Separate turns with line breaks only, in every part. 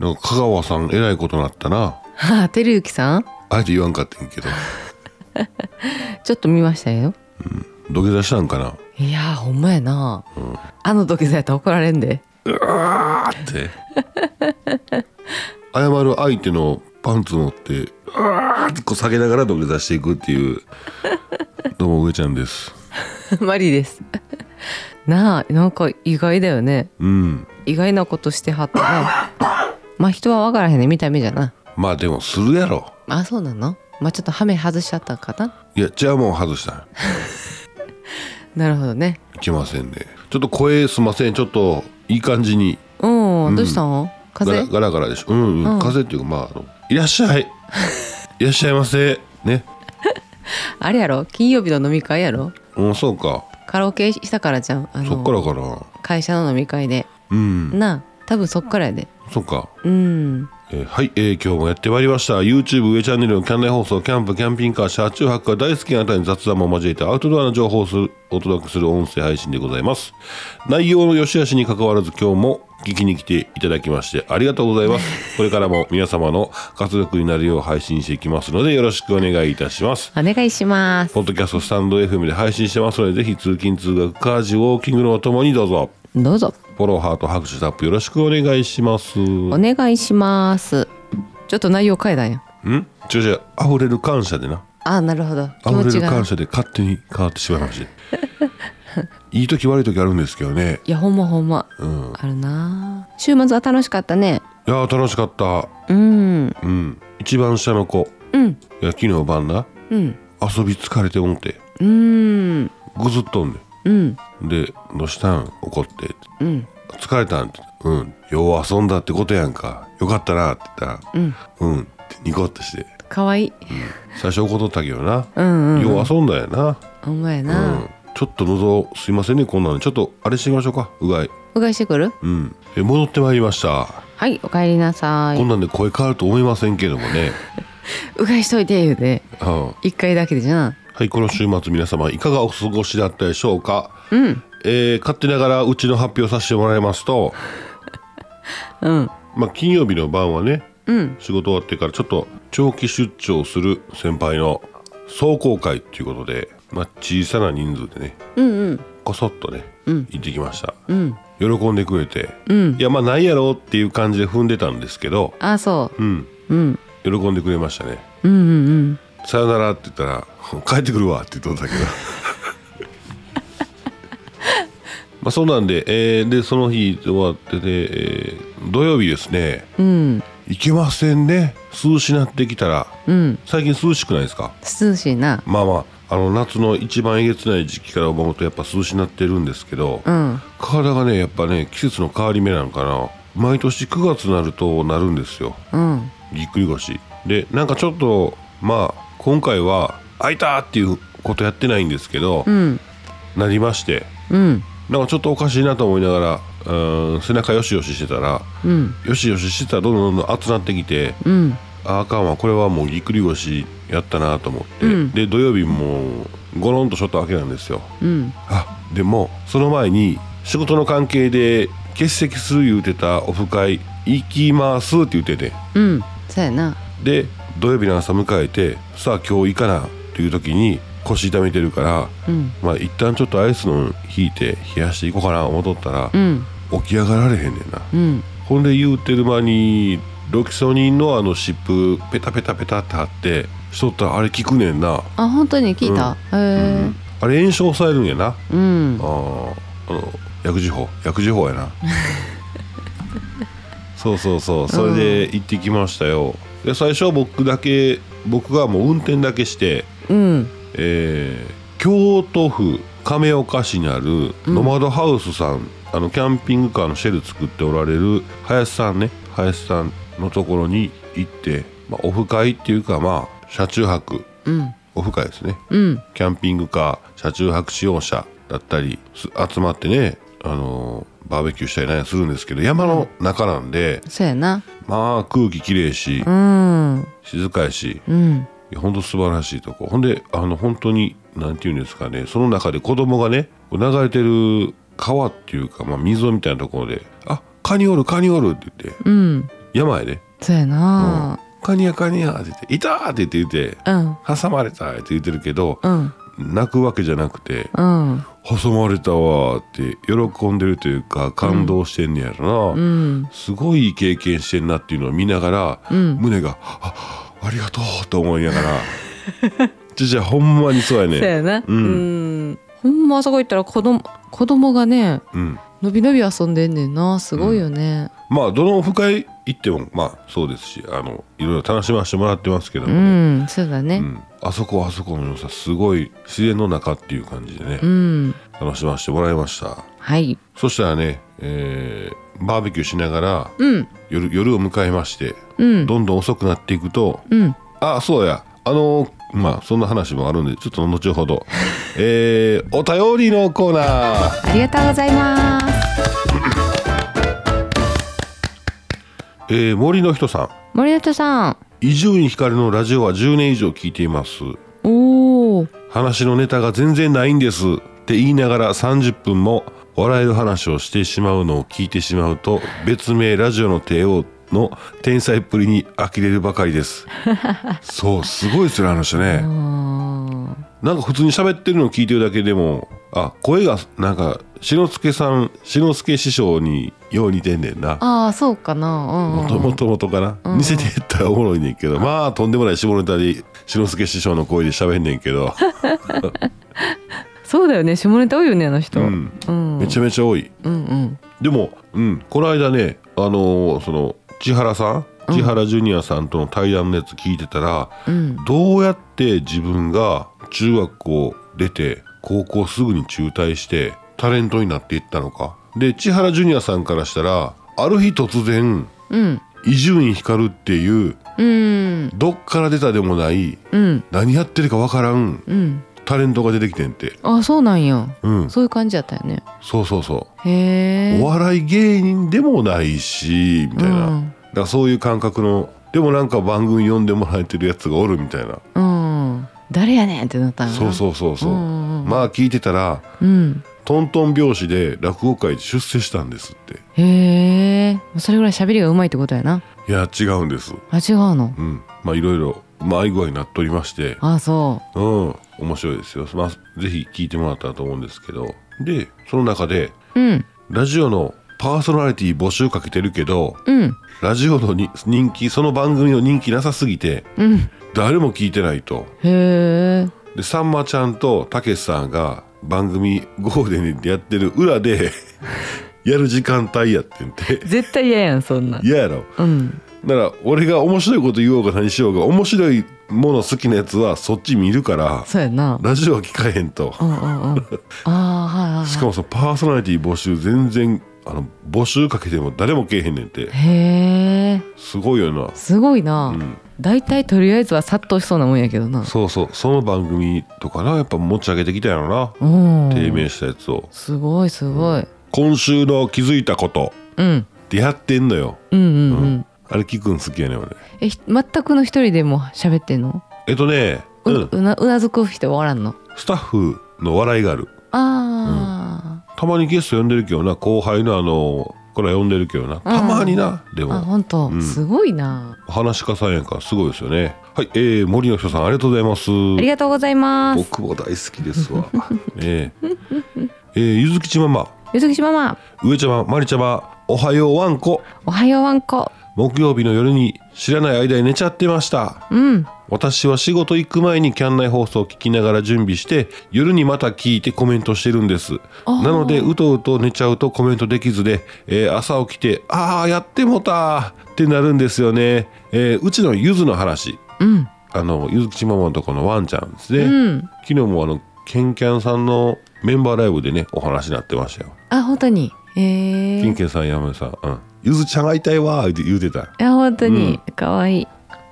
なんか香川さんえらいことなったな
あ 照之さん
あえて言わんかったんけど
ちょっと見ましたよ
土下座したんかない
やーほんまやな、あの土下座やったら怒られんで
あって 謝る相手のパンツ持ってあーってこう下げながら土下座していくっていうどうも上ちゃんです
マリです なあなんか意外だよね
うん
意外なことしてはった なまあ人は分からへんね見た目じゃな
まあでもするやろ
あそうなのまあちょっとハメ外しちゃったんかない
やじゃあもう外した
なるほどね
いけませんねちょっと声すんませんちょっといい感じに
うん、どうしたの風
ガラ
邪
ガラガラでしょうん、うん
うん
風っていうかまああのいらっしゃいいらっしゃいませね
あれやろ金曜日の飲み会やろ
うんそうか
カラオケしたからじゃんあ
そっか
の
らかな
会社の飲み会で
うん
なあ多分そっからやで
そっか
うん
えーはい、えー今日もやってまいりました YouTube 上チャンネルのキャン内放送キャンプキャンピングカー車中泊が大好きなあなたに雑談も交えてアウトドアの情報をするお届けする音声配信でございます内容の良し悪しに関わらず今日も聞きに来ていただきましてありがとうございます これからも皆様の活力になるよう配信していきますのでよろしくお願いいたします
お願いします
ポッドキャストスタンド FM で配信してますのでぜひ通勤通学家事ウォーキングのともにどうぞ
どうぞ
フォローハート拍手タップよろしくお願いします
お願いしますちょっと内容変えたんや
ん違う違う溢れる感謝でな
あなるほど気持
溢れ
ち
る
が
感謝で勝手に変わってしまいま していい時悪い時あるんですけどね
いやほんまほんま、
うん
あるなあ週末は楽しかったね
いやー楽しかった
うん
うん一番下の子
うん
いや昨日晩な
うん
遊び疲れて思って
うん
ぐずっとんね
うん
んで「どうしたん怒って
うん」
疲れたん?」って「うんよう遊んだってことやんかよかったな」って言ったら「
うん
うん」ってニコッとして
かわいい
最初怒っとったけどな、
うんうん
よう遊んだよな、
ほんまや
う
な、
ん、ちょっと喉すいませんねこんなのちょっとあれしてみましょうかうがい
お返してくる
うん、え戻ってまいりました、
はいお帰りなさ
こん
い
なんで声変わると思いませんけどもね、
うがいしといて言うて
うん
一回だけでじゃん
はいこの週末皆様いかがお過ごしだったでしょうか、
うん
えー勝手ながらうちの発表させてもらいますと、
うん
まあ、金曜日の晩はね
うん
仕事終わってからちょっと長期出張する先輩の壮行会っていうことで、まあ、小さな人数でね
うんうん
こそっとね、行ってきました
うん
喜んでくれて、いやまあないやろっていう感じで踏んでたんですけど、
あそ
うん、
う、うん、
喜んでくれましたね
うんうんうん
さよならって言ったら「帰ってくるわ」って言っとった けどまあそうなんで、えーでその日終わってて、えー土曜日ですね
うん
行けませんね涼しなってきたら
うん
最近涼しくないですか
涼しいな
まあまああの夏の一番えげつない時期から思うとやっぱ涼しなってるんですけど、
うん
体がねやっぱね季節の変わり目なんかな毎年9月になるとなるんですよ
うん
ぎっくり腰でなんかちょっとまあ今回は「開いた!」っていうことやってないんですけど、
うん
なりまして
うん
なんかちょっとおかしいなと思いながらうーん背中よしよししてたら
うん
よしよししてたらどんどんどんどん熱なってきて
うん
ああかんわこれはもうぎっくり腰やったなと思って、
うん
で土曜日もゴロンとしょったわけなんですよ
うん
あでもその前に仕事の関係で欠席する言うてたオフ会行きますって言ってて、
うんそうやな
で土曜日の朝迎えてさあ今日行かなっていう時に腰痛めてるから、
うん
まあ一旦ちょっとアイスの引いて冷やしていこうかな思っとったら
う、ん
起き上がられへんねんな
うん
ほんで言うてる間にロキソニンのあの湿布ペタペタペタって貼ってしとったらあれ効くねんな、
あ本当に聞いた、へ
あれ炎症抑えるんやなあ
えうん
ーあの薬事法薬事法や なそうそうそうそれで行ってきましたよ、で最初は僕だけ僕がもう運転だけして
うん
えー京都府亀岡市にあるノマドハウスさん、あのキャンピングカーのシェル作っておられる林さんね林さんのところに行って、まあ、オフ会っていうかまあ車中泊
うん
オフ会ですね
うん
キャンピングカー車中泊使用者だったりす集まってねあのーバーベキューしたりなんやするんですけど山の中なんで、
そうやな
まあ空気きれいし
うん
静かいし
うん
いや本当素晴らしいとこほんであの本当になんていうんですかねその中で子供がね流れてる川っていうか、まあ、溝みたいなところで「あカニおるカニおる」って言って
うん
山やで、
そうやな
カニやカニやって言って「いた!」って言って言って
うん
「挟まれた!」って言ってるけど、
うん
泣くわけじゃなくて
うん
「挟まれたわ」って喜んでるというか感動してんねやろな、
うん
すごいいい経験してんなっていうのを見ながら、
うん
胸があ「ありがとう」と思いながら じゃじゃあほんまにそうや
そ
ね
うやな
うん
んほんまあそこ行ったら子供子供がね
うん
のびのび遊んでんねんなすごいよね
まあどの深い行ってもまあそうですしあのいろいろ楽しませてもらってますけど
う
も
ん
ね、、
そうだ
う
ね
んあそこはあそこの良さすごい自然の中っていう感じでね、
うん、
楽しませてもらいました
はい
そしたらね、えーバーベキューしながら
うん
夜夜を迎えまして、
うん
どんどん遅くなっていくと
うん
あそうやあのーまあそんな話もあるんでちょっと後ほどえー、お便りのコーナー
ありがとうございます
えー森の人さん
森本さん
伊集院光のラジオは10年以上聞いています
おお
話のネタが全然ないんですって言いながら30分も笑える話をしてしまうのを聞いてしまうと別名ラジオの帝王の天才っぷりに呆れるばかりですそうすごいですよねあの人ねなんか普通に喋ってるのを聞いてるだけでもあ声がなんか志の輔さん志の輔師匠によう似てんねんな
ああそうかな
もともともとかな、似せていったらおもろいねんけどまあとんでもない下ネタで志の輔師匠の声で喋んねんけど、
そうだよね下ネタ多いよねあの人、
う
うんん、うん
めちゃめちゃ多い
うん
でも、うん、この間ね、あのーその千原さん、千原ジュニアさんとの対談のやつ聞いてたら、
うん
どうやって自分が中学校出て高校すぐに中退してタレントになっていったのかで千原ジュニアさんからしたらある日突然
うん
伊集院光っていう
うん
どっから出たでもない
うん
何やってるかわからん
うん
タレントが出てきてんって、
あそうなんや
うん、
そういう感じだったよね
そうそうそう
へえ
お笑い芸人でもないしみたいな、
うん
だからそういう感覚のでもなんか番組呼んでもらえてるやつがおるみたいな、
うん誰やねんってなったんやな
そうそうそうそう,、
うんうんうん
まあ聞いてたら
うん
トントン拍子で落語界で出世したんですって
へえそれぐらい喋りがうまいってことやない
や違うんです
あ違うの
うんまあいろいろまあ合い具合になっておりまして
あそ
うん面白いですよまあぜひ聞いてもらったらと思うんですけどでその中で
ううん
ラジオのパーソナリティ募集かけてるけど
うん
ラジオのに人気その番組の人気なさすぎて
うん
誰も聞いてないと
へえ
でさんまちゃんとたけしさんが番組ゴールデンでやってる裏 でやる時間帯やってんて
絶対嫌やんそんな
嫌やろ
うん
だから俺が面白いこと言おうが何しようが面白いもの好きなやつはそっち見るから
そうやな
ラジオは聞かへんと
う んうんうんああはいはいはい
しかもそのパーソナリティ募集全然あの募集かけても誰もけえへんねんて
へえ
すごいよな
すごいな、
うん
だいたいとりあえずは殺到しそうなもんやけどな
そうそうその番組とかなやっぱ持ち上げてきたやろな
うん
低迷したやつを
すごいすごい、
今週の気づいたこと
うん、
ってやってんのよ
うんうんうん
あれ聞くん好きやね俺
えひ全くの一人でも喋ってんの
えっとね
う,、
うん
うなうなずく人はおらんの
スタッフの笑いがある
あ
たまにゲスト呼んでるけどな後輩のあのこれは呼んでるけどなたまになで
ー、
も
あ本当、
ん
すごいな
話し家さんやんからすごいですよねはいえー、森の人さんありがとうございます
ありがとうございます
僕も大好きですわ えー、えー、ゆずきちママ
ゆずきしママ
上ちゃままりちゃまおはようわんこ
おはようわんこ
木曜日の夜に知らない間に寝ちゃってました
うん
私は仕事行く前にキャン内放送を聞きながら準備して夜にまた聞いてコメントしてるんです
あ
な
ー
のでうとうと寝ちゃうとコメントできずで、えー朝起きて「ああやってもた」ってなるんですよね、えーうちのゆずの話
うん
あのゆずきちママのとこのワンちゃんですね、
うん
昨日もあのケンケンさんのメンバーライブでねお話になってましたよ、
あ本当にえ
ケン
ー、
ケンさん山根さん、うん「ゆずちゃんがいたいわ」って言うてた
あ本当に、可愛かわいい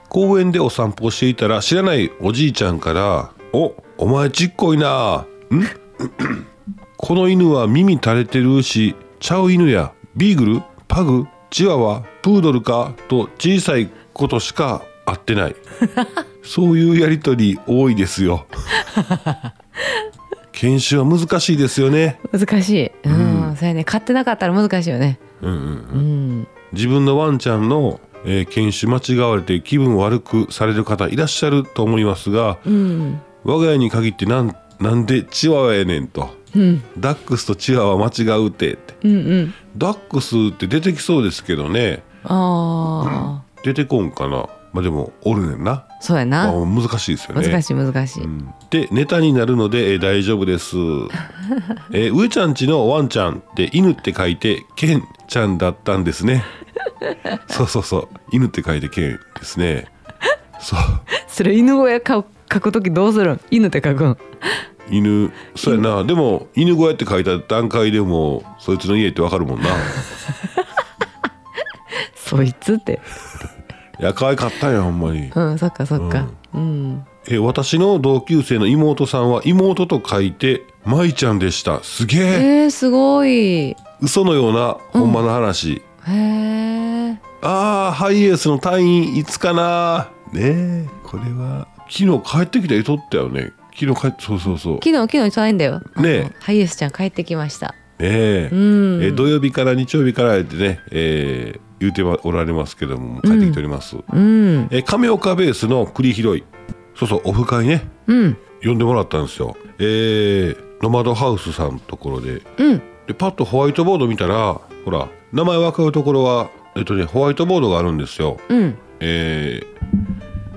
公園でお散歩をしていたら知らないおじいちゃんから「おお前ちっこいな」ん 「この犬は耳垂れてるしちゃう犬やビーグルパグチワワプードルか」と小さいことしか会ってないそういうやり取り多いですよ研修は難しいですよね、
難しいうん、そうやね買ってなかったら難しいよね
うんうん
うん
自分のワンちゃんのえー犬種間違われて気分悪くされる方いらっしゃると思いますが、我が家に限ってなんなんでチワワやねんと、ダックスとチワワ間違うてって
うんうん
ダックスって出てきそうですけどね
ああ
出てこんかなまあでもおるねんな、
そうや
まあ、
な
難しいですよね
難しい難しい、
うんでネタになるので、えー大丈夫 です、えー上ちゃんちのワンちゃんって犬って書いてケンちゃんだったんです ねそうそうそう犬って書いてケンですねそう
それ犬小屋書書くときどうするん犬って書くん
犬そうやなでも犬小屋って書いた段階でもそいつの家ってわかるもんない
そいつって
や可愛かったんやほんまに
うんそっかそっかうん、
えー私の同級生の妹さんは妹と書いて舞ちゃんでしたすげえ
えー、すごいへ
嘘のようなほんまの話、
え
ああハイエースの隊員いつかなねえこれは昨日帰ってきた人ったよね昨日帰ってそうそうそうね
昨日昨日痛いんだよ
ねえ
あのハイエースちゃん帰ってきました
え
うん
えー土曜日から日曜日からでね、えー言うてはおられますけども帰ってきております、
うん
えー亀岡ベースの栗拾いそうそうオフ会ね
うん
呼んでもらったんですよえーノマドハウスさんのところで
うん
でパッとホワイトボード見たらほら名前分かるところはえっとねホワイトボードがあるんですよ
うん
え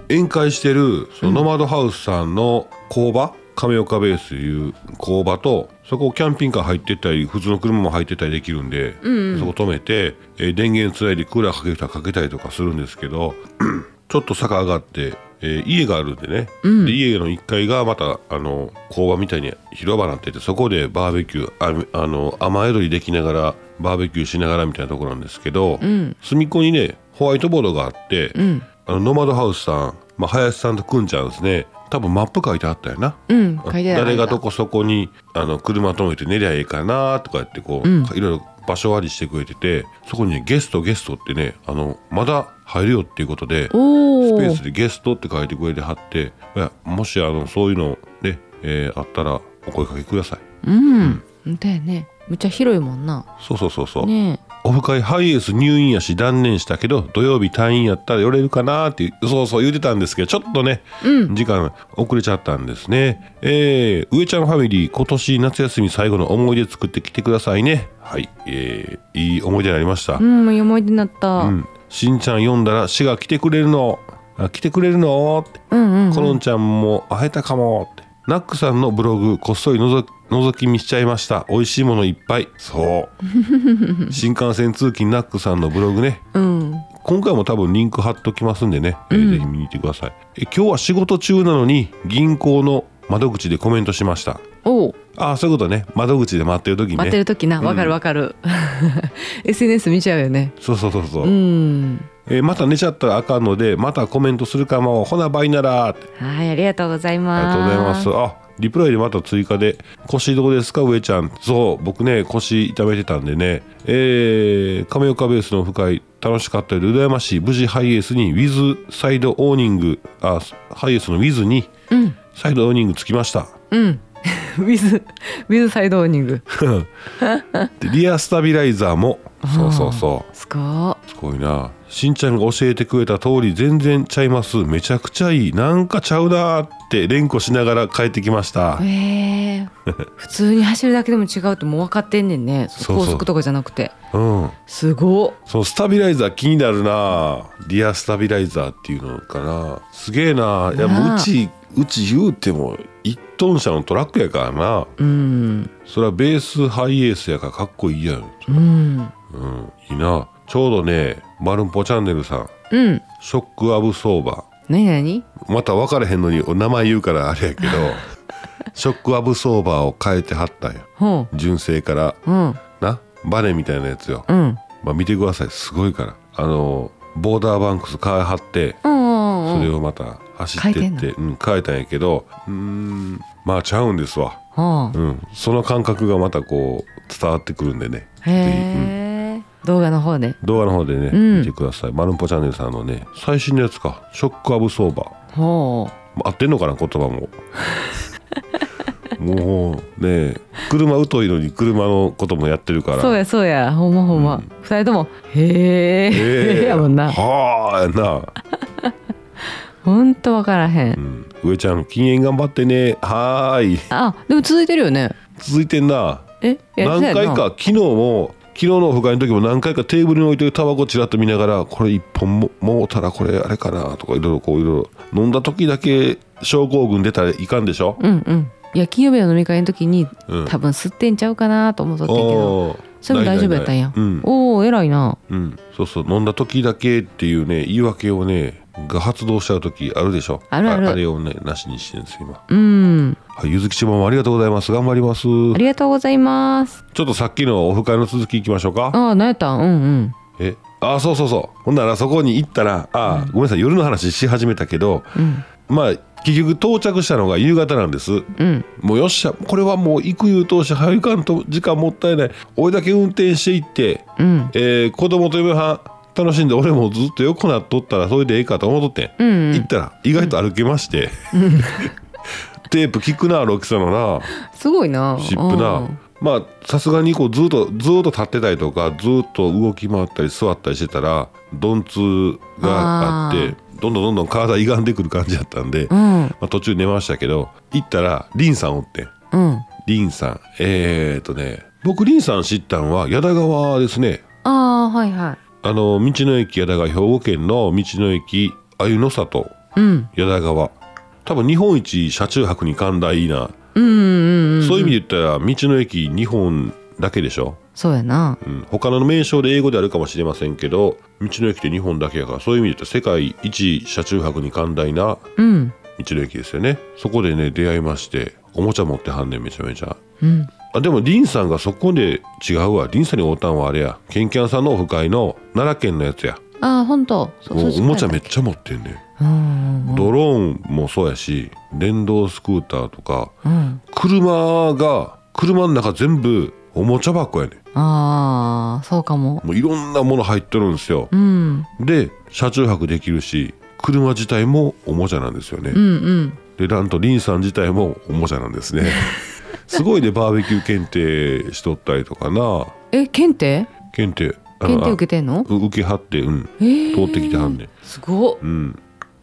ー宴会してるそのノマドハウスさんの工場、亀岡ベースいう工場とそこキャンピングカー入ってったり普通の車も入ってたりできるんで、そこ止めて、えー電源つないでクーラーかけたかけたりとかするんですけど ちょっと坂上がって、えー家があるんでね、で家の1階がまたあの工場みたいに広場になっててそこでバーベキューああの雨宿りできながらバーベキューしながらみたいなところなんですけど、隅っこにねホワイトボードがあって、あのノマドハウスさん、まあ、林さんとくんちゃんですね多分マップ書いてあったよな。
うん書いてある
誰がどこそこにあの車止めて寝りゃいいかなとか言ってこう、いろいろ場所割りしてくれててそこにねゲストゲストってねあのまだ入るよっていうことで
お
ス
お
ペースでゲストって書いてくれてはっていやもしあのそういうのね、えーあったらお声かけください
うんだよねめっちゃ広いもんな
そうそうそうそう、
ね
オフ会ハイエース入院やし断念したけど土曜日退院やったら寄れるかなっていうそうそう言ってたんですけどちょっとね、時間遅れちゃったんですねえー、上ちゃんファミリー今年夏休み最後の思い出作ってきてくださいねはいえー、いい思い出になりました、
えうんいい思い出になった、う、
うんんしんちゃん読んだら死が来てくれるのあ来てくれるのって
うん
コロンちゃんも会えたかもってナックさんのブログこっそりのぞ覗き見しちゃいました美味しいものいっぱいそう 新幹線通勤ナックさんのブログね
うん
今回も多分リンク貼っときますんでね、えーぜひ見に行ってくださいえ今日は仕事中なのに銀行の窓口でコメントしました
おう
ああそういうことね窓口で待ってる時に
待って
ね
る時なわかるわかる、SNS 見ちゃうよね
そうそうそうそう、
うん
えーまた寝ちゃったらあかんのでまたコメントするかもほなバイならって
はいありがとうござ
あ
い
り
ま
が
す
とうございます。あ、リプライでまた追加で、腰どうですか、上ちゃん。そう、僕ね、腰痛めてたんでね。えー、亀岡ベースのオフ会、楽しかったより羨ましい。無事ハイエースに、ウィズサイドオーニング、あ、ハイエースのウィズに、サイドオーニングつきま した。
うん。ウィズ、ウィズサイドオーニング。
でリアスタビライザーも、そうそうそう。
すご
すごいな。しんちゃんが教えてくれた通り全然ちゃいます。めちゃくちゃいい。なんかちゃうなーって連呼しながら帰ってきました
い。。え え普通に走るだけでも違うってもう分かってんねんね。
そうそう
高速とかじゃなくて。
うん。
すごっ。
そのスタビライザー気になるなリアスタビライザーっていうのかなすげえないや
なあ
もううちうち言うても一トン車のトラックやからな
うん。
それはベースハイエースやからかっこいいやん、
うん。
うん、いいなちょうどねまるんぽチャンネルさん
うん。
ショックアブソーバ
なになに。
ーまた分からへんのにお名前言うからあれやけどショックアブソーバーを変えてはったんや
ほ
純正から
う。うん。
なバネみたいなやつよ
うん。
まあ、見てくださいすごいからあのボーダーバンクス買い張って
うんうん
そ
うん。
れをまた走ってって
変えて
うん、変えたんやけどうーんまあちゃうんですわ、
ほう
うん、その感覚がまたこう伝わってくるんでね
へえ。動画の方で。
動画の方でね、
うん
見てくださいまるんぽチャンネルさんのね最新のやつかショックアブソーバー
ほ
合ってんのかな言葉ももうね車疎いのに車のこともやってるから
そうやそうやほんまほんま、二人とも「
え
へえ」
え
やもんな
はあやな、
ほんとわからへん、
うん、上ちゃん禁煙頑張ってねはーい
あでも続いてるよね
続いてんな
えやっ
何
てた
回
よな
か昨日も昨日のオフ会の時も何回かテーブルに置いてるタバコちらっと見ながらこれ一本ももうたらこれあれかなとかいろいろこういろいろ飲んだ時だけ症候群出たらいかんでしょ、
うんうんいや金曜日の飲み会の時に、
うん
多分吸ってんちゃうかなと思っとったけど
あー
それも大丈夫やったんや
ないないないうん
おお偉いな
うん、そうそう飲んだ時だけっていうね言い訳をねが発動しちゃう時あるでしょ
あるある
あれをねなしにしてるんですよ今
うん
はいゆずきちばもありがとうございます頑張りますち
ありがとうございます
ょっとさっきのオフ会の続きいきましょうか
ああ何やったんうんうん
えあそうそうそうほんならそこに行ったらあ、ごめんなさい夜の話し始めたけど、まあ結局到着したのが夕方なんです、
うん
もうよっしゃこれはもう行く言う通し早いかんと時間もったいない俺だけ運転して行って、
うん
えー子供と嫁はん楽しんで俺もずっと横なっとったらそれでええかと思っとって、
うんうん
行ったら意外と歩けまして、 テープ聞くなロキサのな
すごいな
シップ
う
なんまあさすがにこうずっとずっと立ってたりとかずっと動き回ったり座ったりしてたら鈍痛があって
あ
どんどんどんどん体歪んでくる感じだったんで、
う
ま
ん
あ、途中寝ましたけど行ったらリンさんおってん
うん
リンさんえー、っとね僕リンさん知ったんは矢田川ですね
ああはいは
あの道の駅矢田川兵庫県の道の駅鮎の里
いうん
矢田川多分日本一車中泊に寛大な、
うんうんうん
そういう意味で言ったら道の駅2本だけでしょ
そうやな
うん他の名称で英語であるかもしれませんけど道の駅って日本だけやからそういう意味で言うと世界一車中泊に寛大な
うん
道の駅ですよねそこでね出会いましておもちゃ持ってはんねんめちゃめちゃ
うん
あでもリンさんがそこで違うわリンさんに会うたんはあれやケンキャンさんのオフ会の奈良県のやつや
ああ本当そ
もうおもちゃめ
め
っちゃ持ってんねん
うんうん
ドローンもそうやし電動スクーターとか
うん
車が車の中全部おもちゃ箱やね
ああそうかも
んもういろんなもの入ってるんですよ
うん
で車中泊できるし車自体もおもちゃなんですよね、
うんうん
でなんとリンさん自体もおもちゃなん ですねすごいねバーベキュー検定しとったりとかな
え検定
検定あの
検定受けてんの
あう受けはってうん
えー
通ってきてはんねん
すごっ
うん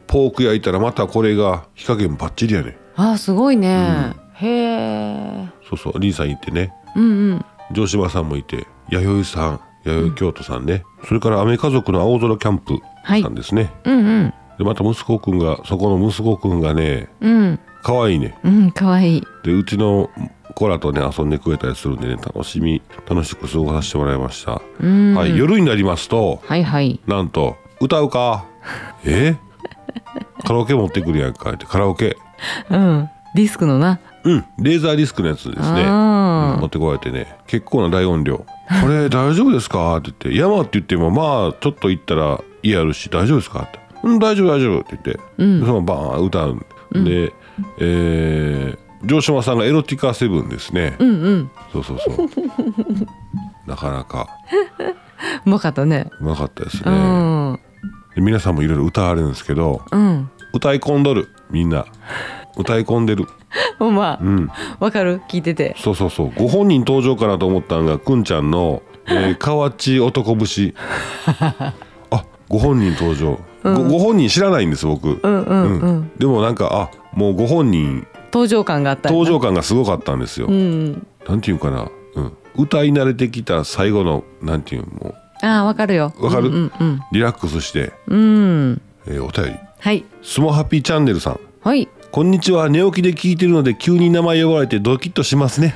ポーク焼いたらまたこれが火加減バッチリやねん
あーすごいねへえ
そうそうリンさん行ってね
うんうん
城島さんもいて弥生さん弥生京都さんね、それから雨家族の青空キャンプさんですね、
うんうん
でまた息子くんがそこの息子くんがね
うん
可愛いね
うんかわいい
でうちの子らとね遊んでくれたりするんでね楽しみ楽しく過ごさせてもらいました、
うん
はい、夜になりますと
はいはい
なんと「歌うか?え」 カラオケ持ってくるやんか」ってカラオケ
うんディスクのな
うんレーザーディスクのやつですね
あー
うん持ってこられてね結構な大音量「これ 大丈夫ですか?」って言って「山」って言ってもまあちょっと行ったら家あるし大丈夫ですか?」って「うん大丈夫大丈夫」って言って、そのままバーン歌うんで、えー城島さんが「エロティカセブン」ですね、
うんうん
そうそう そうなかなか
うまかったね
うまかったです
う
ね、
ん
で皆さんもいろいろ歌われるんですけど
うん
歌い込んどるみんな歌い込んでる
ほんま
うん
わかる聞いてて
そうそうそうご本人登場かなと思ったんがくんちゃんの「 えー、河内男節」あご本人登場、ごご本人知らないんです僕、
うんうんうん
でもなんかあもうご本人
登場感があったよな
登場感がすごかったんですよ、
うん
なんていうかな、うん、歌い慣れてきた最後のなんていうも
ああわかるよ
うわかる、
うんうん
リラックスして、
うんうん
えーお便り
はい
スモハッピーチャンネルさん
はい
こんにちは寝起きで聞いてるので急に名前呼ばれてドキッとします ね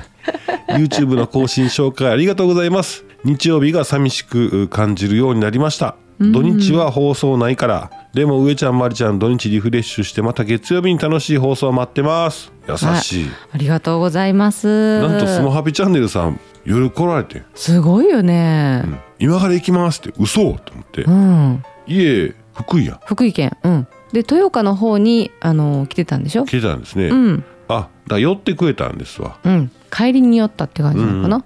YouTube の更新紹介ありがとうございます日曜日が寂しくう感じるようになりました土日は放送ないからでも上ちゃんまりちゃん土日リフレッシュしてまた月曜日に楽しい放送待ってます優しい、
ありがとうございます
なんとスマハピチャンネルさん夜来られて、
すごいよね
うん今から行きますって嘘と思って、
うん、
家福井やん
福井県うんで豊岡の方にあの来てたんでしょ
来てたんですね、
うん
あだ寄ってくれたんですわ
うん帰りに寄ったって感じなのかな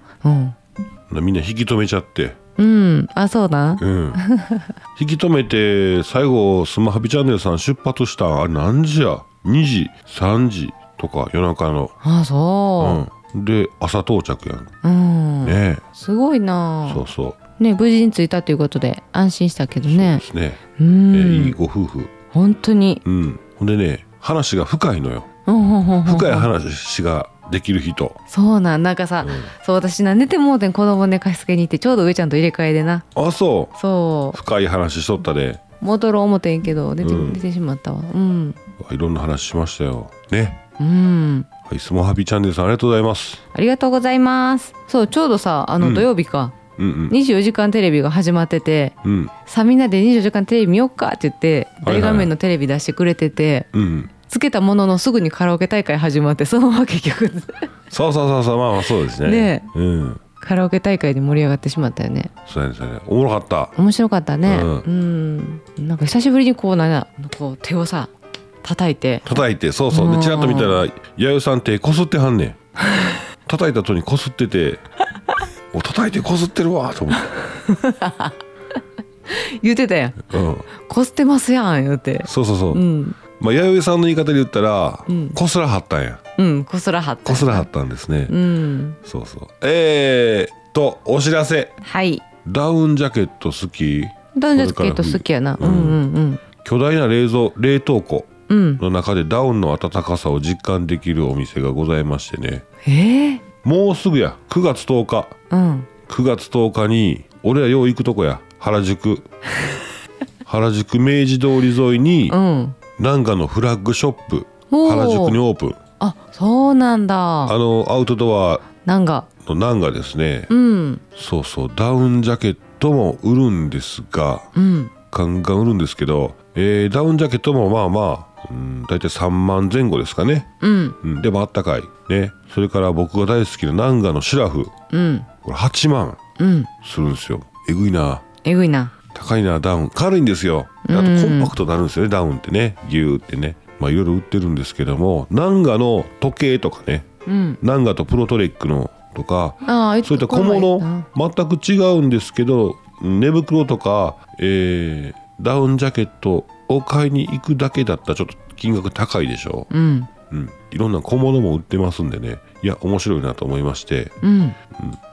うん
みんな引き止めちゃって
うん、あそうだ
うん 引き止めて最後スマハビチャンネルさん出発したんあれ何時や2時3時とか夜中の、
ああそ
うん、で朝到着やん
ううん、
ね
すごいな
そうそう
ね無事に着いたということで安心したけど
そうで
ね
すね、
う
え
ん、
ーいいご夫婦
本当に
うんほんでね話が深いのよ
うんうんうんうん
深い話ができる人
そうなんなんかさ、そう私な寝てもうてん子供寝かしつけに行ってちょうど上ちゃんと入れ替えでな
あそ
そう
深い話しとったで
う戻ろう思てんけど出て,、
うん
出てしまったわうん
いろんな話しましたよね
うん
はいスモハビチャンネルさんありがとうございます
ありがとうございますそうちょうどさあの土曜日か、
うんうん
24時間テレビが始まってて
うん
さあみんなで24時間テレビ見よっかって言って
はいは
大
い
画面のテレビ出してくれてて、
うん
つけたもののすぐにカラオケ大会始まってそのまま結局
そうそうそうそうまあまあそうですね
ね
うん
カラオケ大会で盛り上がってしまったよね
そうやねそうやねおもろかった
面白かったね
う
うん、なんか久しぶりにこうなんやこう手をさ叩いて
叩いてそうそう
う
で
ん
チラッと見たら弥生さんってこすってはんねん叩いた後にこすっててお叩いてこすってるわと思っ
言ってたやん
て、うん、
「こすってますやん」言って
そうそうそう、
うん
まあ、弥生さんの言い方で言ったら、
うん
こすらはったんや
うんこすらはった
こすらはったんですね、
うん
そうそうえー、とお知らせ
はい
ダウンジャケット好き
ダンジャスケート好きやな
う
うんんうん
巨大な冷蔵冷凍庫
うんうん
の中でダウンの暖かさを実感できるお店がございましてね
えー、
もうすぐや9月10日
うん
9月10日に俺らよう行くとこや原 宿原宿明治通り沿いに
うん
南賀のフラッグショップ
おー
原宿にオープン
あそうなんだ
あのアウトドア
なんか
の南賀ですね
うん
そうそうダウンジャケットも売るんですが
うん
ガンガン売るんですけど、えーダウンジャケットもまあまあうん大体3万前後ですかね、
うん
うん、でもあったかいねそれから僕が大好きな南賀のシュラフ
うん
これ8万
うん
するんですよえぐいな
えぐいな
高いなダウン軽いんですよあとコンパクトになるんですよね、ダウンってねギューってねまあいろいろ売ってるんですけども南賀の時計とかね
うん
南賀とプロトレックのとか
ああいつ
そういった小物全く違うんですけどうん寝袋とか、えーダウンジャケットを買いに行くだけだったらちょっと金額高いでしょ
うん
う、うん、いろんな小物も売ってますんでねいや面白いなと思いまして
うん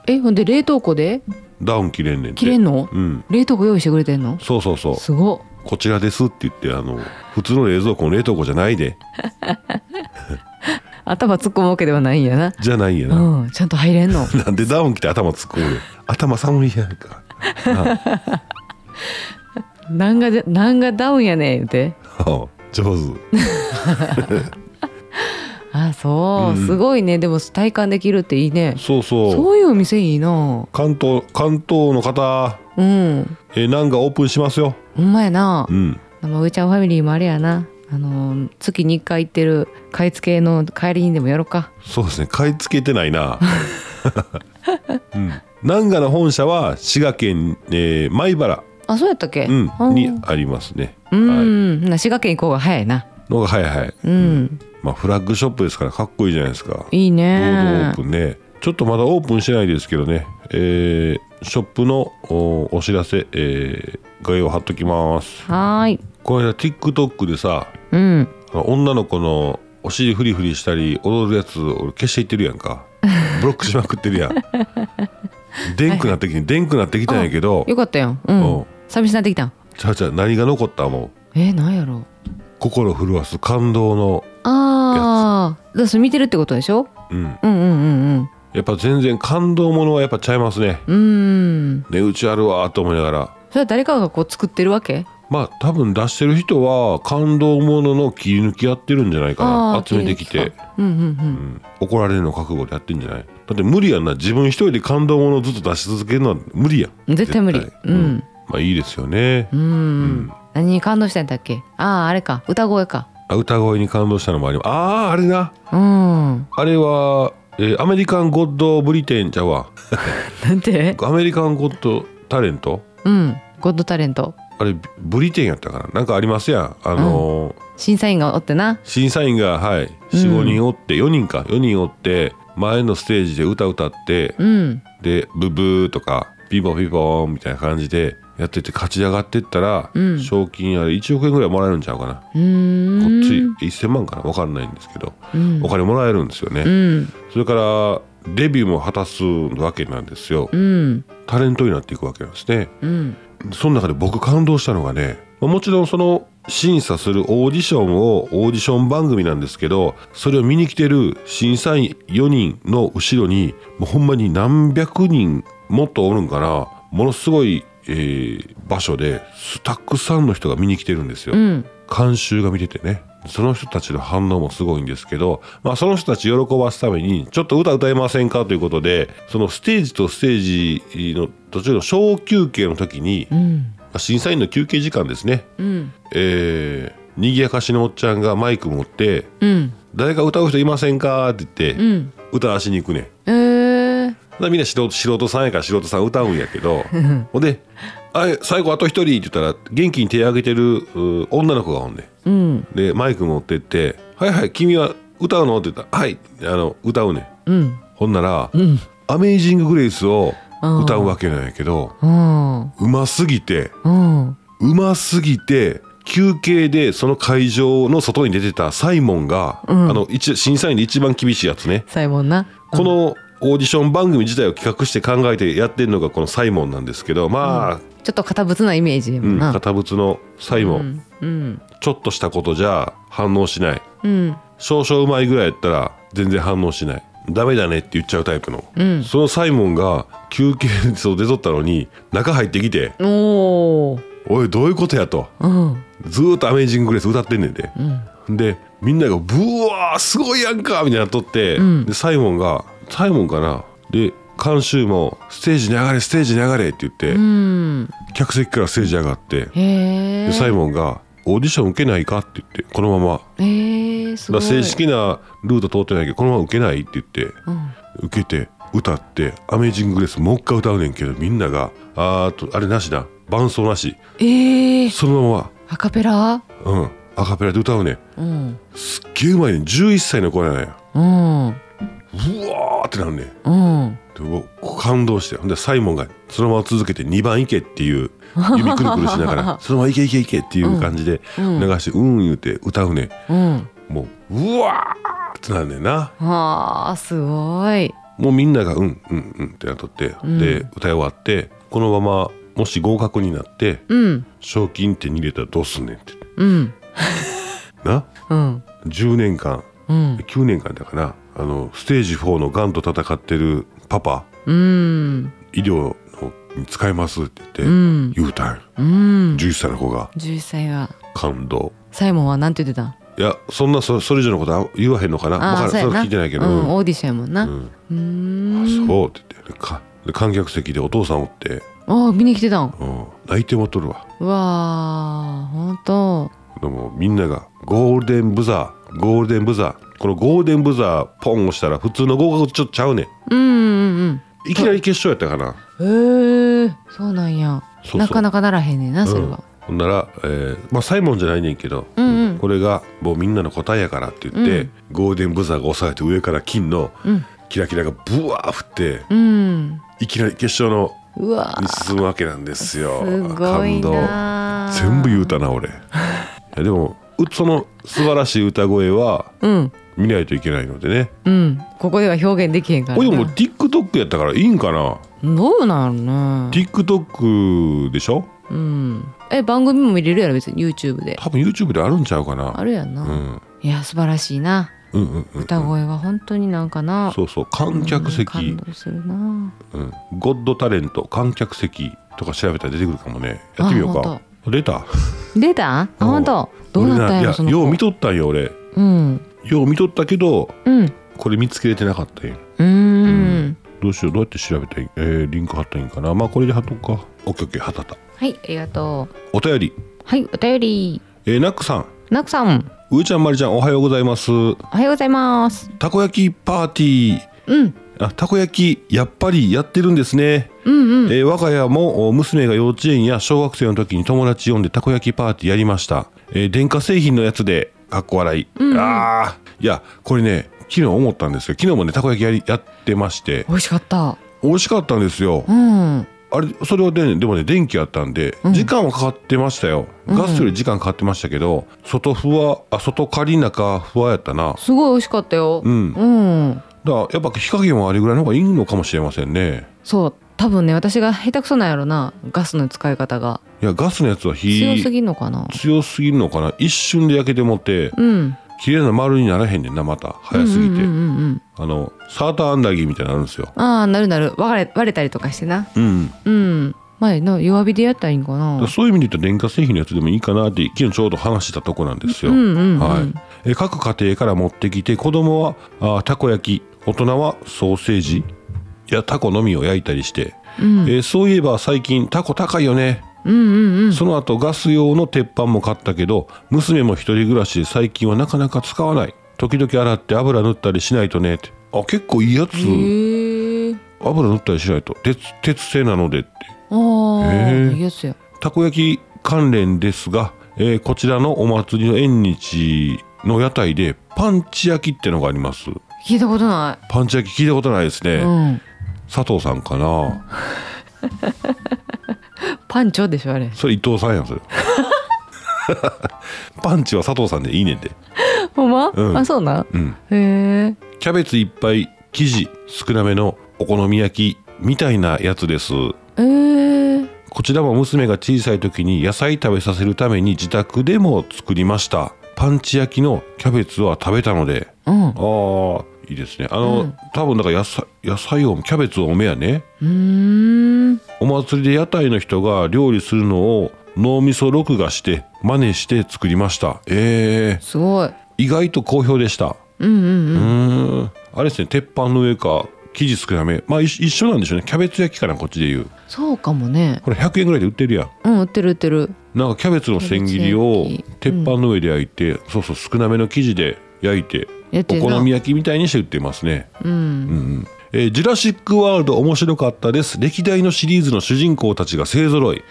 えほんで冷凍庫で
ダウン着れんねんて
切れんの
うん
冷凍庫用意してくれてんの
そうそうそう
すごっ
こちらですって言ってあの普通の冷蔵庫の冷凍庫じゃないで
頭突っ込むわけではないんやな
じゃないんやな、
うんちゃんと入れ んの
なんでダウン着て頭突っ込むの頭寒いやんか
なんがでなんがダウンやねん言うて
あ上手
あそう、
うん
すごいねでも体感できるっていいね
そうそう
そういうお店いいな
関東関東の方
うん
えー、なんかオープンしますよ。
ほんまやな
うん。
まあ上ちゃんファミリーもあれやなあの月に1回行ってる買い付けの帰りにでもやろうか
そうですね。買い付けてないな。うん。南賀の本社は滋賀県、えー、米原、
あそうやったっけ
うん
あ、ー
にありますね。
うん、
はい。
な滋賀県行こうが早いな
のがはいはい。
うん
まあフラッグショップですからかっこいいじゃないですか。
いい
ボードオ
ね
ープンね。ちょっとまだオープンしてないですけどね。えー、ショップのおお知らせ、えー、概要貼っときます。
はーい
この間 TikTok でさ、
うん
あの女の子のお尻フリフリしたり踊るやつ俺消していってるやん かブロックしまくってるやんでんくなってきてでんくなってきたんやけど
よかったやんう
うん
ん寂しなってきた
ちゃうちゃう何が残ったも
えなんやろう
う心震わす感動の
ああだからそれ見てるってことでしょ
うん
うんうんうん
やっぱ全然感動ものはやっぱちゃいますね
うんうん
値打ちあるわと思いながら
それは誰かがこう作ってるわけ
まあ多分出してる人は感動ものの切り抜きやってるんじゃないか
あ
な
ー
集めてきて、
うんうんうん
うん、怒られるの覚悟でやってんじゃないだって無理やんな自分一人で感動ものずっと出し続けるのは無理やん
絶対無理
う
うんん、
まあいいですよね、
うん、何に感動したんだっけあああれか歌声か
あ歌声に感動したのもありますあああれな
うんな
あれは、えーアメリカンゴッドブリテンちゃうわ
んて
アメリカンゴッドタレント
うんゴッドタレント
あれブリテンやったかななんかありますやんあのー
審査員がおってな
審査員がはい45人おって4人か4人おって前のステージで歌歌って
うん
でブブーとかピボピボーンみたいな感じでやってて勝ち上がってったら、
うん
賞金あれ1億円ぐらいもらえるんちゃうかな
うーん
ごっつい年1000万かな分かんないんですけど、
うん
お金もらえるんですよね、
うん
それからデビューも果たすわけなんですよ、
うん
タレントになっていくわけなんですね
うん
その中で僕感動したのがねまあもちろんその審査するオーディションをオーディション番組なんですけどそれを見に来てる審査員4人の後ろにもうほんまに何百人もっとおるんかなものすごい、えー場所でたくさんの人が見に来てるんですよ。
うん
監修が見ててねその人たちの反応もすごいんですけど、まあ、その人たち喜ばすためにちょっと歌歌えませんかということでそのステージとステージの途中の小休憩の時に、ま
うん
あ審査員の休憩時間ですね、
うん
えー、にぎやかしのおっちゃんがマイク持って
うん
「誰か歌う人いませんか?」って言って、
うん
歌わしに行くねん。
えー
だからみんな素人素人さんやから素人さん歌うんやけ どほんで「あれ最後あと一人」って言ったら元気に手挙げてるう女の子がおんねん。
うん
でマイク持ってって「はいはい君は歌うの?」って言ったら「はいあの歌うねん
うん」
ほんなら「
ん
アメイジング・グレイス」を
あー
歌うわけなんやけど
うん
うますぎて
うん
うますぎて休憩でその会場の外に出てたサイモンが、
うん
あの一審査員で一番厳しいやつね
サイモンな
このオーディション番組自体を企画して考えてやってるのがこのサイモンなんですけどまあ、
ちょっと堅物なイメージやも
うんん
な
堅物のサイモン、
うん
ちょっとしたことじゃ反応しない
うん
少々うまいぐらいやったら全然反応しないダメだねって言っちゃうタイプの、
うん
そのサイモンが休憩室を出とったのに中入ってきて
おー
「おいどういうことや」と
うん
ずーっと「アメージング・グレース」歌ってんねんで、でみんなが「ブワーすごいやんか!」みたいになっとって、
ん
でサイモンが「サイモンかな?」で監修も「ステージに上がれステージに上がれ」って言って、
うん
客席からステージ上がって、
へえ
でサイモンが「オーディション受けないか?」って言ってこのまま
えー、
だ
す
か
ご
ら
い
正式なルート通ってないけどこのまま受けないって言って、
ん
受けて歌って「アメージング・グレース」もう一回歌うねんけどみんなが「あーっとあれなしだ伴奏なし
えー、
そのま
アカペラ
ま、うん、アカペラで歌うねん
うん
すっげえうまいねん11歳の子やねんう
うん
わーってなんねんで
うん
うわ感動してほんでサイモンがそのまま続けて2番いけって いう指くるくるしながらそのままいけいけいけっていう感じで流
うん
して「うん」言うて歌うね
うん
んもううわーってなんねんな
あーすごい
もうみんながうんうんうんってなっとって、
うん
で歌い終わってこのままもし合格になって
うん
賞金手に入れたらどうすんねんって
うん
な
うん
10年間
うん
9年間だからあのステージ4のがんと戦ってるパパ
うん
医療のに使えますって言って、
うん
言うたんよ
うん
11歳の子が
11歳が
感動
サイモンはなんて言ってた
いやそんなそそれ以上のことは言わへんのかな
あー
分か
そ
らそ
うんや
れ
な
は聞いてないけど、
う
うん
ん、オーディションやもんな
う
うんーん
そうって言ってかで観客席でお父さんおって、
ああ見に来てたん
うん、泣いてもっとるわ
うわーほんと
でもみんながゴールデンブザーゴールデンブザーこのゴールデンブザーポン押したら普通の合格とちょっとちゃうね
うんうん
んいきなり決勝やったかな
うんへえそうなんや
そうそう
なかなかならへんねんなそれは、
ほんなら、えーまあ、サイモンじゃないねんけど、
うんうん
これがもうみんなの答えやからって言って、
うん
ゴールデンブザーが押さえて上から金の
うん
キラキラがブワー振って
うん
いきなり決勝の
うわー
に進むわけなんですよ
すごいなー
全部言うたな俺いやでもうその素晴らしい歌声は
うん
見ないといけないのでね
うんここでは表現できへんから
こ
な
れでも TikTok やったからいいんかな
どうなんやろね
TikTok でしょ
うんえ番組も見れるやろ別に YouTube で
多分 YouTube であるんちゃうか
あ
な
るやんな、
うん
いや素晴らしいな
うんうんうん
歌声は本当になんかな、
そうそう観客
うん
席
感動するな
うんゴッドタレント観客席とか調べたら出てくるかもねやってみよう
あほん
か出た
出たあ本当どうなったんやろそ
俺な
の
い
子
やよう見とったんよ俺
うん
よう見とったけど
うんう
これ見つけれてなかったんよ
ーん
どうしようどうやって調べたらいいえーリンク貼ったらいいんかなまあこれで貼っとくか OKOK 貼ったった
はいありがとう
お便り
はいお便り
えーナックさん
ナクさん
うーちゃんまりちゃんおはようございます
おはようございます
たこ焼きパーティー
うん
あたこ焼きやっぱりやってるんですね、
うんうん
えー我が家もお娘が幼稚園や小学生の時に友達呼んでたこ焼きパーティーやりました、えー電化製品のやつでかっこ笑い、あーいやこれね昨日思ったんですけど昨日もねたこ焼きやりやってまして
美味しかった
美味しかったんですよ
うん
あれそれはねでもね電気あったんで、時間はかかってましたよガスより時間かかってましたけど、外ふわあ外仮中ふわやったな
すごい美味しかったよ。
うん
うん、
だからやっぱ火加減はあれぐらいの方がいいのかもしれませんね
そう多分ね私が下手くそなんやろなガスの使い方が
いやガスのやつは火
強すぎんのかな。
強すぎるのかな一瞬で焼けてもって
うん。
綺麗な丸にならへんねんなまた早すぎて、
うんうんうんうん
あのサーターアンダギーみたいになるんですよ
うん。ああなるなる割れ割れたりとかしてな。
うんだか
うん。前の弱火でやったらいいんかな
ら。そういう意味で言うと電化製品のやつでもいいかなって昨日ちょうど話してたとこなんですよ、
うんうんうん
はい、え各家庭から持ってきて子供はあたこ焼き大人はソーセージやタコのみを焼いたりして、えーそういえば最近タコ高いよね
うんうんうん。
その後ガス用の鉄板も買ったけど娘も一人暮らしで最近はなかなか使わない時々洗って油塗ったりしないとねってあ結構いいやつ
へえ。
油塗ったりしないと鉄鉄製なのでって
ああ。
へえ
いいやつや。
たこ焼き関連ですが、えーこちらのお祭りの縁日の屋台でパンチ焼きってのがあります
聞いたことな
パンチ焼き聞いたことないですね、
い。うん。
佐藤さんかな
パンチョでしょあれ。
それ伊藤さんやんそれ パンチは佐藤さんでいいねんで
ほんま？
うん
あそうなん。
うん
へえ。
キャベツいっぱい生地少なめのお好み焼きみたいなやつです
えー、
こちらも娘が小さい時に野菜食べさせるために自宅でも作りましたパンチ焼きのキャベツは食べたので
うん。
ああいいですねあの、
うん
多分だから野菜野菜をキャベツをおめやね
うーん。
お祭りで屋台の人が料理するのを脳みそ録画して真似して作りましたええ
すごい。
意外と好評でした
うんうんうん。
うーんあれですね鉄板の上か生地少なめまあ一一緒なんでしょうねキャベツ焼きかなこっちでいう
そうかもね。
これ100円ぐらいで売ってるやん
うん売ってる売ってる。
なんかキャベツの千切りを鉄板の上で焼いて、そうそう少なめの生地で焼いて
やって
お
るな
好み焼きみたいにして売ってますね
うん。
えージュラシック・ワールド面白かったです歴代のシリーズの主人公たちが勢ぞろい、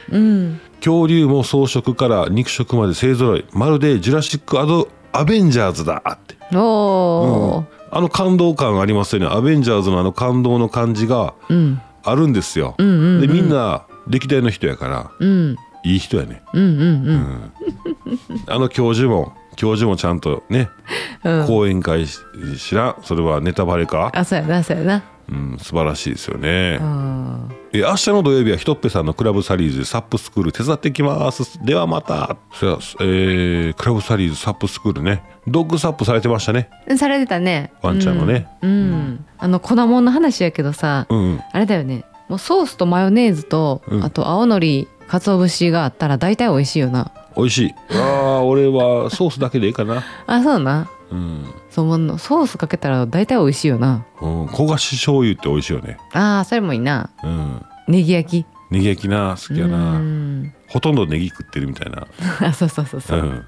恐竜も草食から肉食まで勢ぞろいまるでジュラシック・アド・アベンジャーズだって
お
あの感動感ありますよねアベンジャーズのあの感動の感じが
ーうん
あるんですよ、
んうん
でみんな歴代の人やから
うん
いい人やね
うんうんうん
あの教授も教授もちゃんとね、
うん
講演会し知らんそれはネタバレか、
あそうやなそうやな
うん、素晴らしいですよね、
あ
えー明日の土曜日はひとっぺさんのクラブサリーズサップスクール手伝ってきますではまたそやえークラブサリーズサップスクールねドッグサップされてましたね
ーされてたね
ワンちゃんのね
うん、うんあの粉もんの話やけどさ、
うんうん
あれだよねもうソースとマヨネーズと、
うん
あと青のり鰹節があったら大体美味しいよな
美味しいあー俺はソースだけでいいかな
あそうな
うん、
そうもうソースかけたら大体美味しいよな
うん、焦がし醤油って美味しいよね
あーそれもいいな
うん
ネギ焼き
ネギ焼きな好きや
う
なんほとんどネギ食ってるみたいな
あ そうそうそうそうう、
ん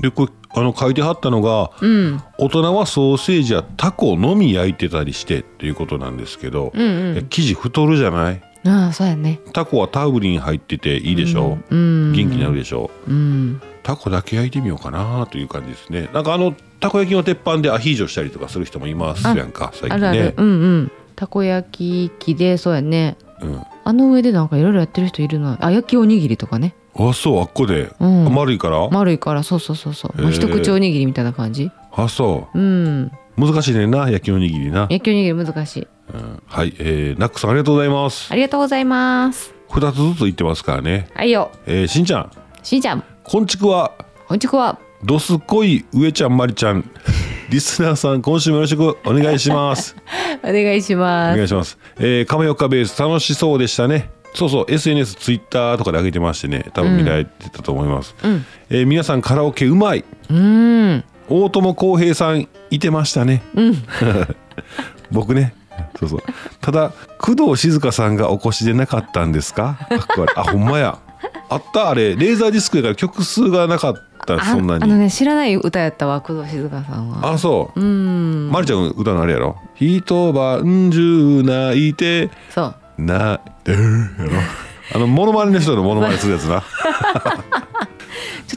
でこれあの書いてはったのが
うん、
大人はソーセージやタコのみ焼いてたりしてっていうことなんですけど、
うんうん
いや生地太るじゃない
ああそうやね
タコはタウリン入ってていいでしょ、
うん
元気になるでしょ
うん
タコだけ焼いてみようかなという感じですねなんかあのたこ焼きの鉄板でアヒージョしたりとかする人もいますやんか最
あ
近
るある、
ね
うんうんたこ焼き器でそうやね
うん
あの上でなんかいろいろやってる人いるなあ焼きおにぎりとかね
あそうあっこで、
うん
丸いから、
丸いからそうそうそうそう、まあ
へえ
一口おにぎりみたいな感じ
あそ
うん
う難しいねんな焼きおにぎりな、
焼きおにぎり難しい
うんはい、えー、ナックさんありがとうございます
ありがとうございます
2つずつ言ってますからね、
はいよ
えー、しんちゃん
しんちゃん
こんちくは
こんちくわ
どすこい上ちゃんまりちゃ んリスナーさん今週もよろしくお願いし ます
お願いし
お
ま
願
す
いします。えー、亀岡ベース楽しそうでしたね。そうそう SNS ツイッターとかで上げてましてね多分見られてたと思います、
ん
えー皆さんカラオケうまい
うん
大友康平さんいてましたね、 僕ねそうそうただ工藤静香さんがお越しでなかったんですかかっこ悪いあほんまやあったあれレーザーディスクやから曲数がなかった
あ
そんな
あの
に
ね知らない歌やったわ工藤静香さんは
あそう
う、ん
まるちゃんの歌のあれやろ「一晩中泣いて
そう
な、えーやろあのモノマネの人のモノマネするやつ な。
ちょ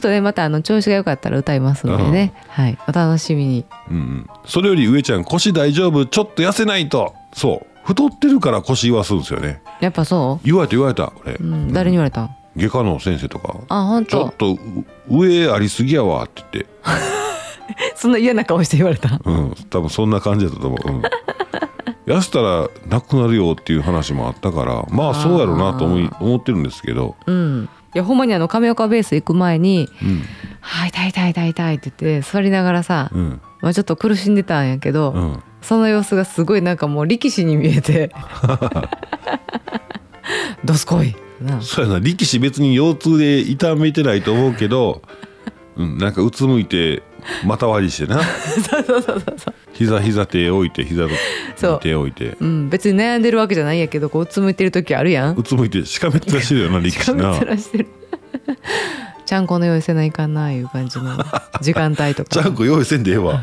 っとねまたあの調子が良かったら歌いますのでねはいお楽しみに
うんうん。それより上ちゃん腰大丈夫ちょっと痩せないと。そう。太ってるから腰言わすんですよね
やっぱそ
言われた言われた俺、
う、うん、誰に言われたん
外科の先生とか
あ本
ちょ
当
っとう上ありすぎやわって言って、
そんな嫌な顔して言われた
うん、多分そんな感じだったと思 う、うん痩せたらなくなるよっていう話もあったからまあそうやろうなと思い思ってるんですけど、
うんいやほんまにあの亀岡ベース行く前に
うん
「はい痛い痛い痛い痛い」って言って座りながらさ、
うん
まあ、ちょっと苦しんでたんやけど、
うん、
その様子がすごいなんかもう力士に見 えてどすこいな
そうやな力士別に腰痛で痛めてないと思うけど、うん、なんかうつむいて股割りして な膝膝手置いて膝
そ
と
う
手置いて
うん、別に悩んでるわけじゃないんやけどこううつむいてる時あるやん
うつむいてしかめっ面してるよな力士な
しかめっ面してるちゃんこの用意せないかんないう感じ の時間帯と
ち
か
ゃんこ用意せんでええ わ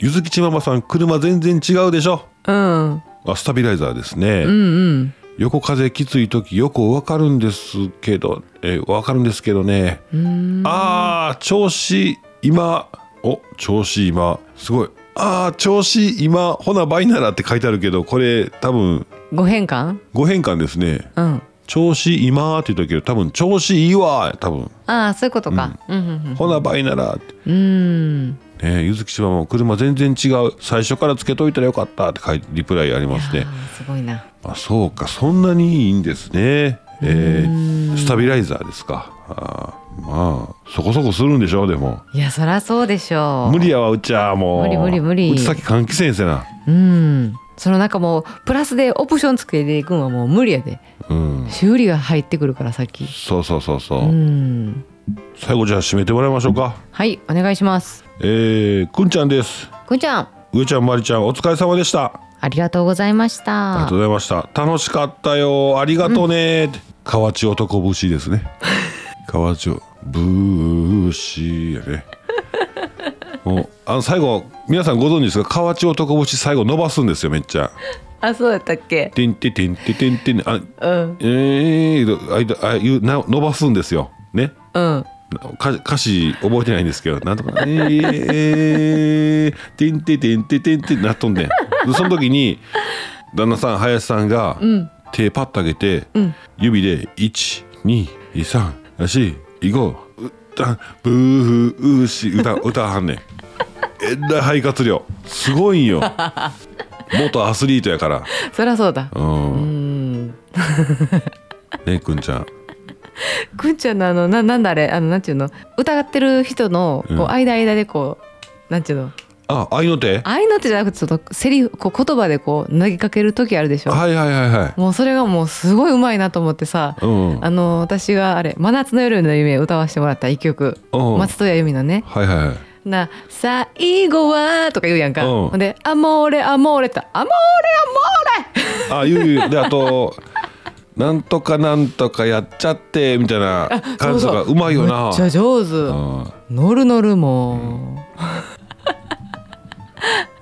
ゆずきちママさん車全然違うでしょ
うん
あスタビライザーですね、
うんうん
横風きつい時よくわかるんですけどえわかるんですけどねあー調子今お調子今すごいあー調子今ほな倍ならって書いてあるけどこれ多分
ご変換
ご変換ですね
うん
調子今って言ったけど多分調子いいわ多分
ああそういうことか、うん、うん
ほな倍ならって
うんうん
ねえ、ゆずきしばも車全然違う最初からつけといたらよかったって書いてリプライありますね
あーすごいな
あそうかそんなにいいんですねえースタビライザーですかあーまあそこそこするんでしょうでも
いやそりゃそうでしょう
無理やわうちはもう
無理無理無理
うちさっき換気扇せな
うんそのなんかもうプラスでオプションつけていくんはもう無理やで
うん
修理が入ってくるからさっき
そうそうそうそう、
うん
最後じゃあ締めてもらいましょうか
はいお願いします
えー、くんちゃんです
くんちゃん
上ちゃんまりちゃんお疲れ様でした
ありがとうございまし
ありが
た
とうございました楽しかったよありがとうね、河内男節ですね河内ぶしや ねもうあの最後皆さんご存知ですが河内男節最後伸ばすんですよめっちゃ
あそうやったっけ
てんててんててんてんあ
うん
えー、あいだあいうな伸ばすんですよね
うん
歌歌詞覚えてないんですけどなんとか「えー、えー、てんててんててんて」なっとんでん でその時に旦那さん林さんが手パッと上げて、指で12345歌ブーフーし歌歌はんねんえらい肺活量すごいん よ元アスリートやから
そりゃそうだ
うんねくんちゃん
くんちゃんのあのななんだあれあのなんていうの疑ってる人のこう、
うん
間間でこうなんていうの
あ愛の手
愛の手じゃなくてそのセリフこう言葉でこう投げかける時あるでしょ
はいはいはいはい
もうそれがもうすごいうまいなと思ってさ、
うん
あの私があれ「真夏の夜の夢」歌わせてもらった一曲
うん
松任谷由実のね
はいはいはい
「な最後は」とか言うやんか、
うん
ほんで「アモーレアモーレ」って「アモーレアモーレ」
あゆうゆうであと「なんとかなんとかやっちゃって」みたいな 感じとかうまいよな
めっちゃ上手
うん
乗る乗るも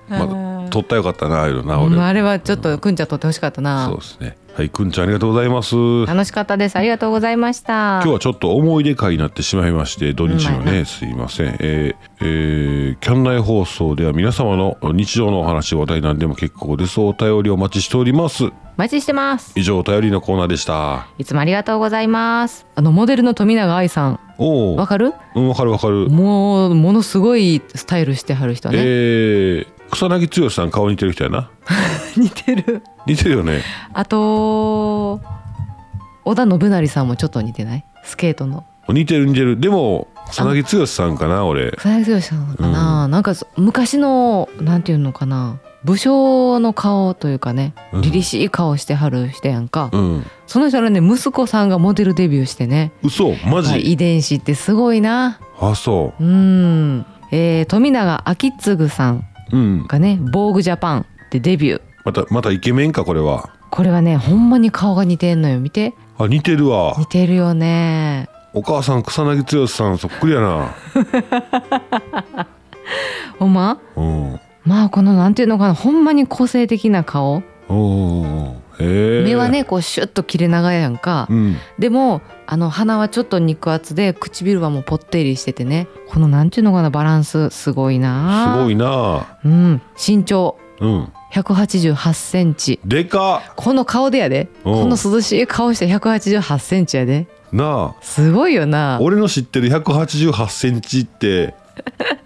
まあ撮ったらよかったなああいうのな
う、
俺
あれはちょっとくんちゃん撮ってほしかったな
そうですねはいくんちゃんありがとうございます今
楽しかったですありがとうございました
日はちょっと思い出会になってしまいまして土日の
うまい
ねすいませんえーえーキャン内放送では皆様の日常のお話話題なんでも結構ですお便りお待ちしております
お待ちしてます
以上お便りのコーナーでした
いつもありがとうございますあのモデルの富永愛さん
おお
わかる
うんわかるわかる
もうものすごいスタイルしてはる人ね、
えー草薙剛さん顔似てる人やな
似てる
似てるよね
あと織田信成さんもちょっと似てないスケートの
似てる似てるでも草薙剛さんかな俺
草薙剛さんなのかな、なんかそ昔のなんていうのかな武将の顔というかね
うん
凛々しい顔してはる人やんか、
うん
その人のね息子さんがモデルデビューしてね
嘘マジ、
遺伝子ってすごいな
あそ
うん、えー、富永明次さん
ううん
がね「防具ジャパン」でデビュー
またまたイケメンかこれは
これはねほんまに顔が似てんのよ見て
あ似てるわ
似てるよね
お母さん草薙剛さんそっくりやな
ほんま
うんおー
まあこのなんていうのかなほんまに個性的な顔
おーおーへえ
目はねこうシュッと切れ長やんか、
うん
でもあの鼻はちょっと肉厚で唇はもうぽってりしててねこのなんちゅうのかなバランスすごいな
すご
い、
いな
うん、身長
うん
188センチ
でかっ
この顔でやで
うん
この涼しい顔して188センチやです
な
すごいよな
あ俺の知ってる1 8 8センチって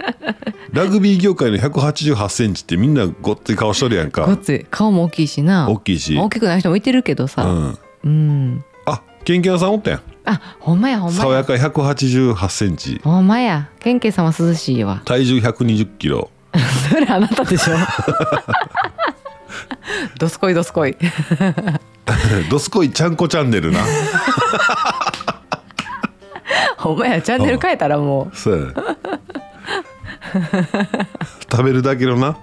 ラグビー業界の1 8 8センチってみんなごっつい顔しとるやん
ごっ
か
つい顔も大きいしな
大きいし
大きくない人もいてるけど
う
さ
ん
うん、
あケンケンさんおったやん
あほんまやほんま
爽
や
やか1 8 8センチ
ほんまやケンケンさんは涼し いわ
体重1 2 0キロ
それあなたでしょどすこいどすこい
どすこいちゃんこチャンネル な
ほんまやチャンネル変えたらもう
そうや食べるだけのな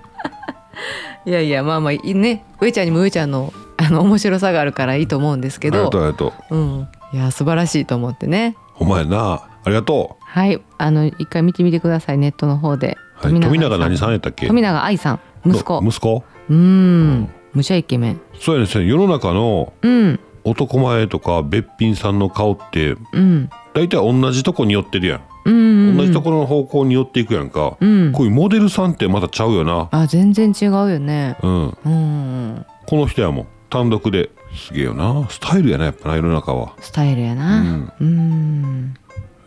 い
やいやまあまあいいね上ちゃんにも上ちゃんの あの面白さがあるからいいと思うんですけ
あり
ど
がとうありがとう
うんいや素晴らしいと思ってね
お前なありがと
はいあの一回見てみてくださいネットの方で、
う、はい、富永
さん
何さんやったっけ
富永愛さん息子
の息子
うーんむちゃイケメン
そうやねそうやね世の中の
うん
男前とかべっぴんさんの顔って
うん
大体同じとこに寄ってるやん、
うんうん
同じところの方向に寄っていくやんか、
うん
こういうモデルさんってまたちゃうよな
あ全然違うよね
うん
うん
この人やもん単独ですげえよなスタイルやなやっぱな世の中は
スタイルやなうんん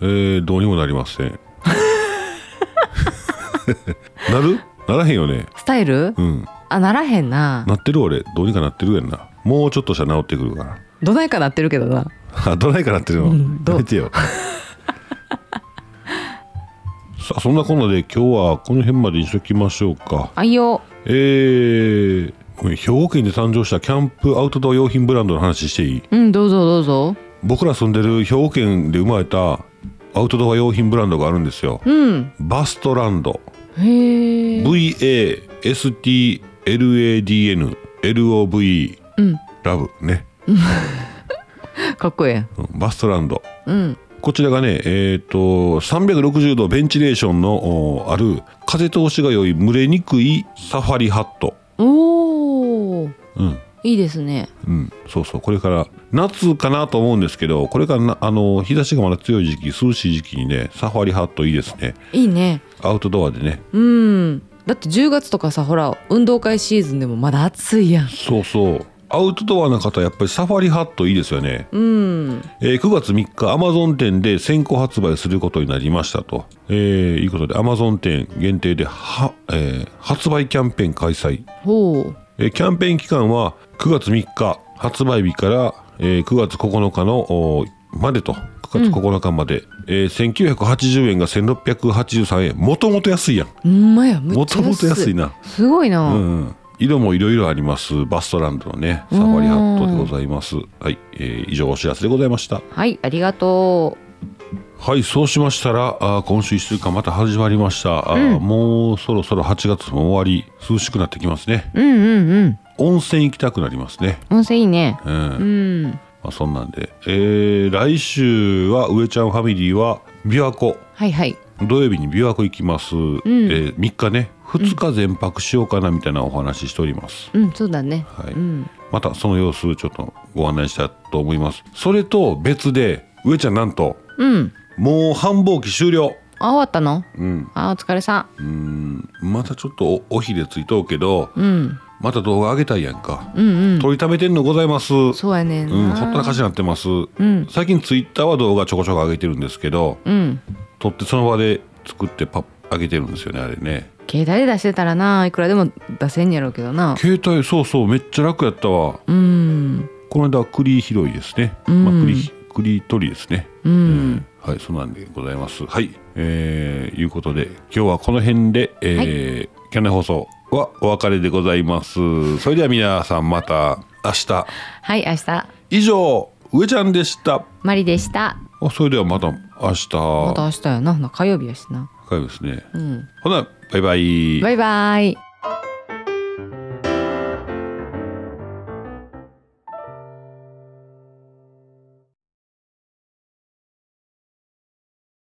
えー、どうにもなりません なるならへんよね
スタイル
うん
あならへんな
なってる俺どうにかなってるやんなもうちょっとしたら治ってくるから
どないかなってるけどな
あどないかなってるの、
うんどう
やめてよ さあそんなこんなで今日はこの辺までにしときましょうか
あいよ
えー、ごめん兵庫県で誕生したキャンプアウトドア用品ブランドの話していい
うんどうぞどうぞ
僕ら住んでる兵庫県で生まれたアウトドア用品ブランドがあるんですよ
うん
バストランド
へえ
VASTLADNLOVE
うん
ラブね、
かっこえ
うんバストランド
えうん
こちらがね、えー、と360度ベンチレーションのおある風通しが良い蒸れにくいサファリハット、
おお
うん
いいですね
うん、そうそうこれから夏かなと思うんですけどこれからなあの日差しがまだ強い時期涼しい時期にねサファリハットいいですね
いいね
アウトドアでね
うんだって10月とかさほら運動会シーズンでもまだ暑いやん
そうそうアウトドアな方やっぱりサファリハットいいですよね、
うん
えー9月3日アマゾン店で先行発売することになりましたと、えーいうことでアマゾン店限定では、えー発売キャンペーン開催
ほう
えーキャンペーン期間は9月3日発売日から、えー9月9日のおーまでと9月9日まで、えー1980円が1683円もともと安いやん
うんまやむっ
も
ちゃ
ともと安いな、
すごいな、
うんうん色もいろいろありますバストランドのねサファリハットでございますはい、えー以上お知らせでございました
はいありがと
はいそうしましたらあー今週1週間また始まりました、あーもうそろそろ8月も終わり涼しくなってきますね
ううんうんうん
温泉行きたくなりますね
温泉いいね
うん
うん
まあ、そんなんで、えー来週は上ちゃんファミリーは琵琶湖
はいはい
土曜日に琵琶湖行きます、えー、3日ね2日全泊しようかなみたいなお話ししております、
うんそうだね
はい
うん
またその様子ちょっとご案内したいと思いますそれと別で上ちゃんなんと
うん
もう繁忙期終了
あ終わったの
うん
あお疲れさ
うーんまたちょっとおおひれついとうけど、
んうん
また動画上げたいやんか、
うんうん
取りためてんのございます
そうやねんな
うん、ほったらかしになってます、
ん
最近ツイッターは動画ちょこちょこ上げてるんですけど
うん
撮ってその場で作ってパッ上げてるんですよねあれね
携帯で出してたらないくらでも出せんやろうけどな
携帯そうそうめっちゃ楽やったわ
うん
この間は栗拾いですね、
うん
まあ、栗ひ栗取りですね
うん、
はいそうなんでございますはいえー、いうことで今日はこの辺で、えーキャンナイ放送はお別れでございますそれでは皆さんまた明日
はい明日
以上上ちゃんでした
マリでした
あそれではまた明日
また明日やなな火曜日やしな
深いですね
うん
ほなバイバイ
バイバイ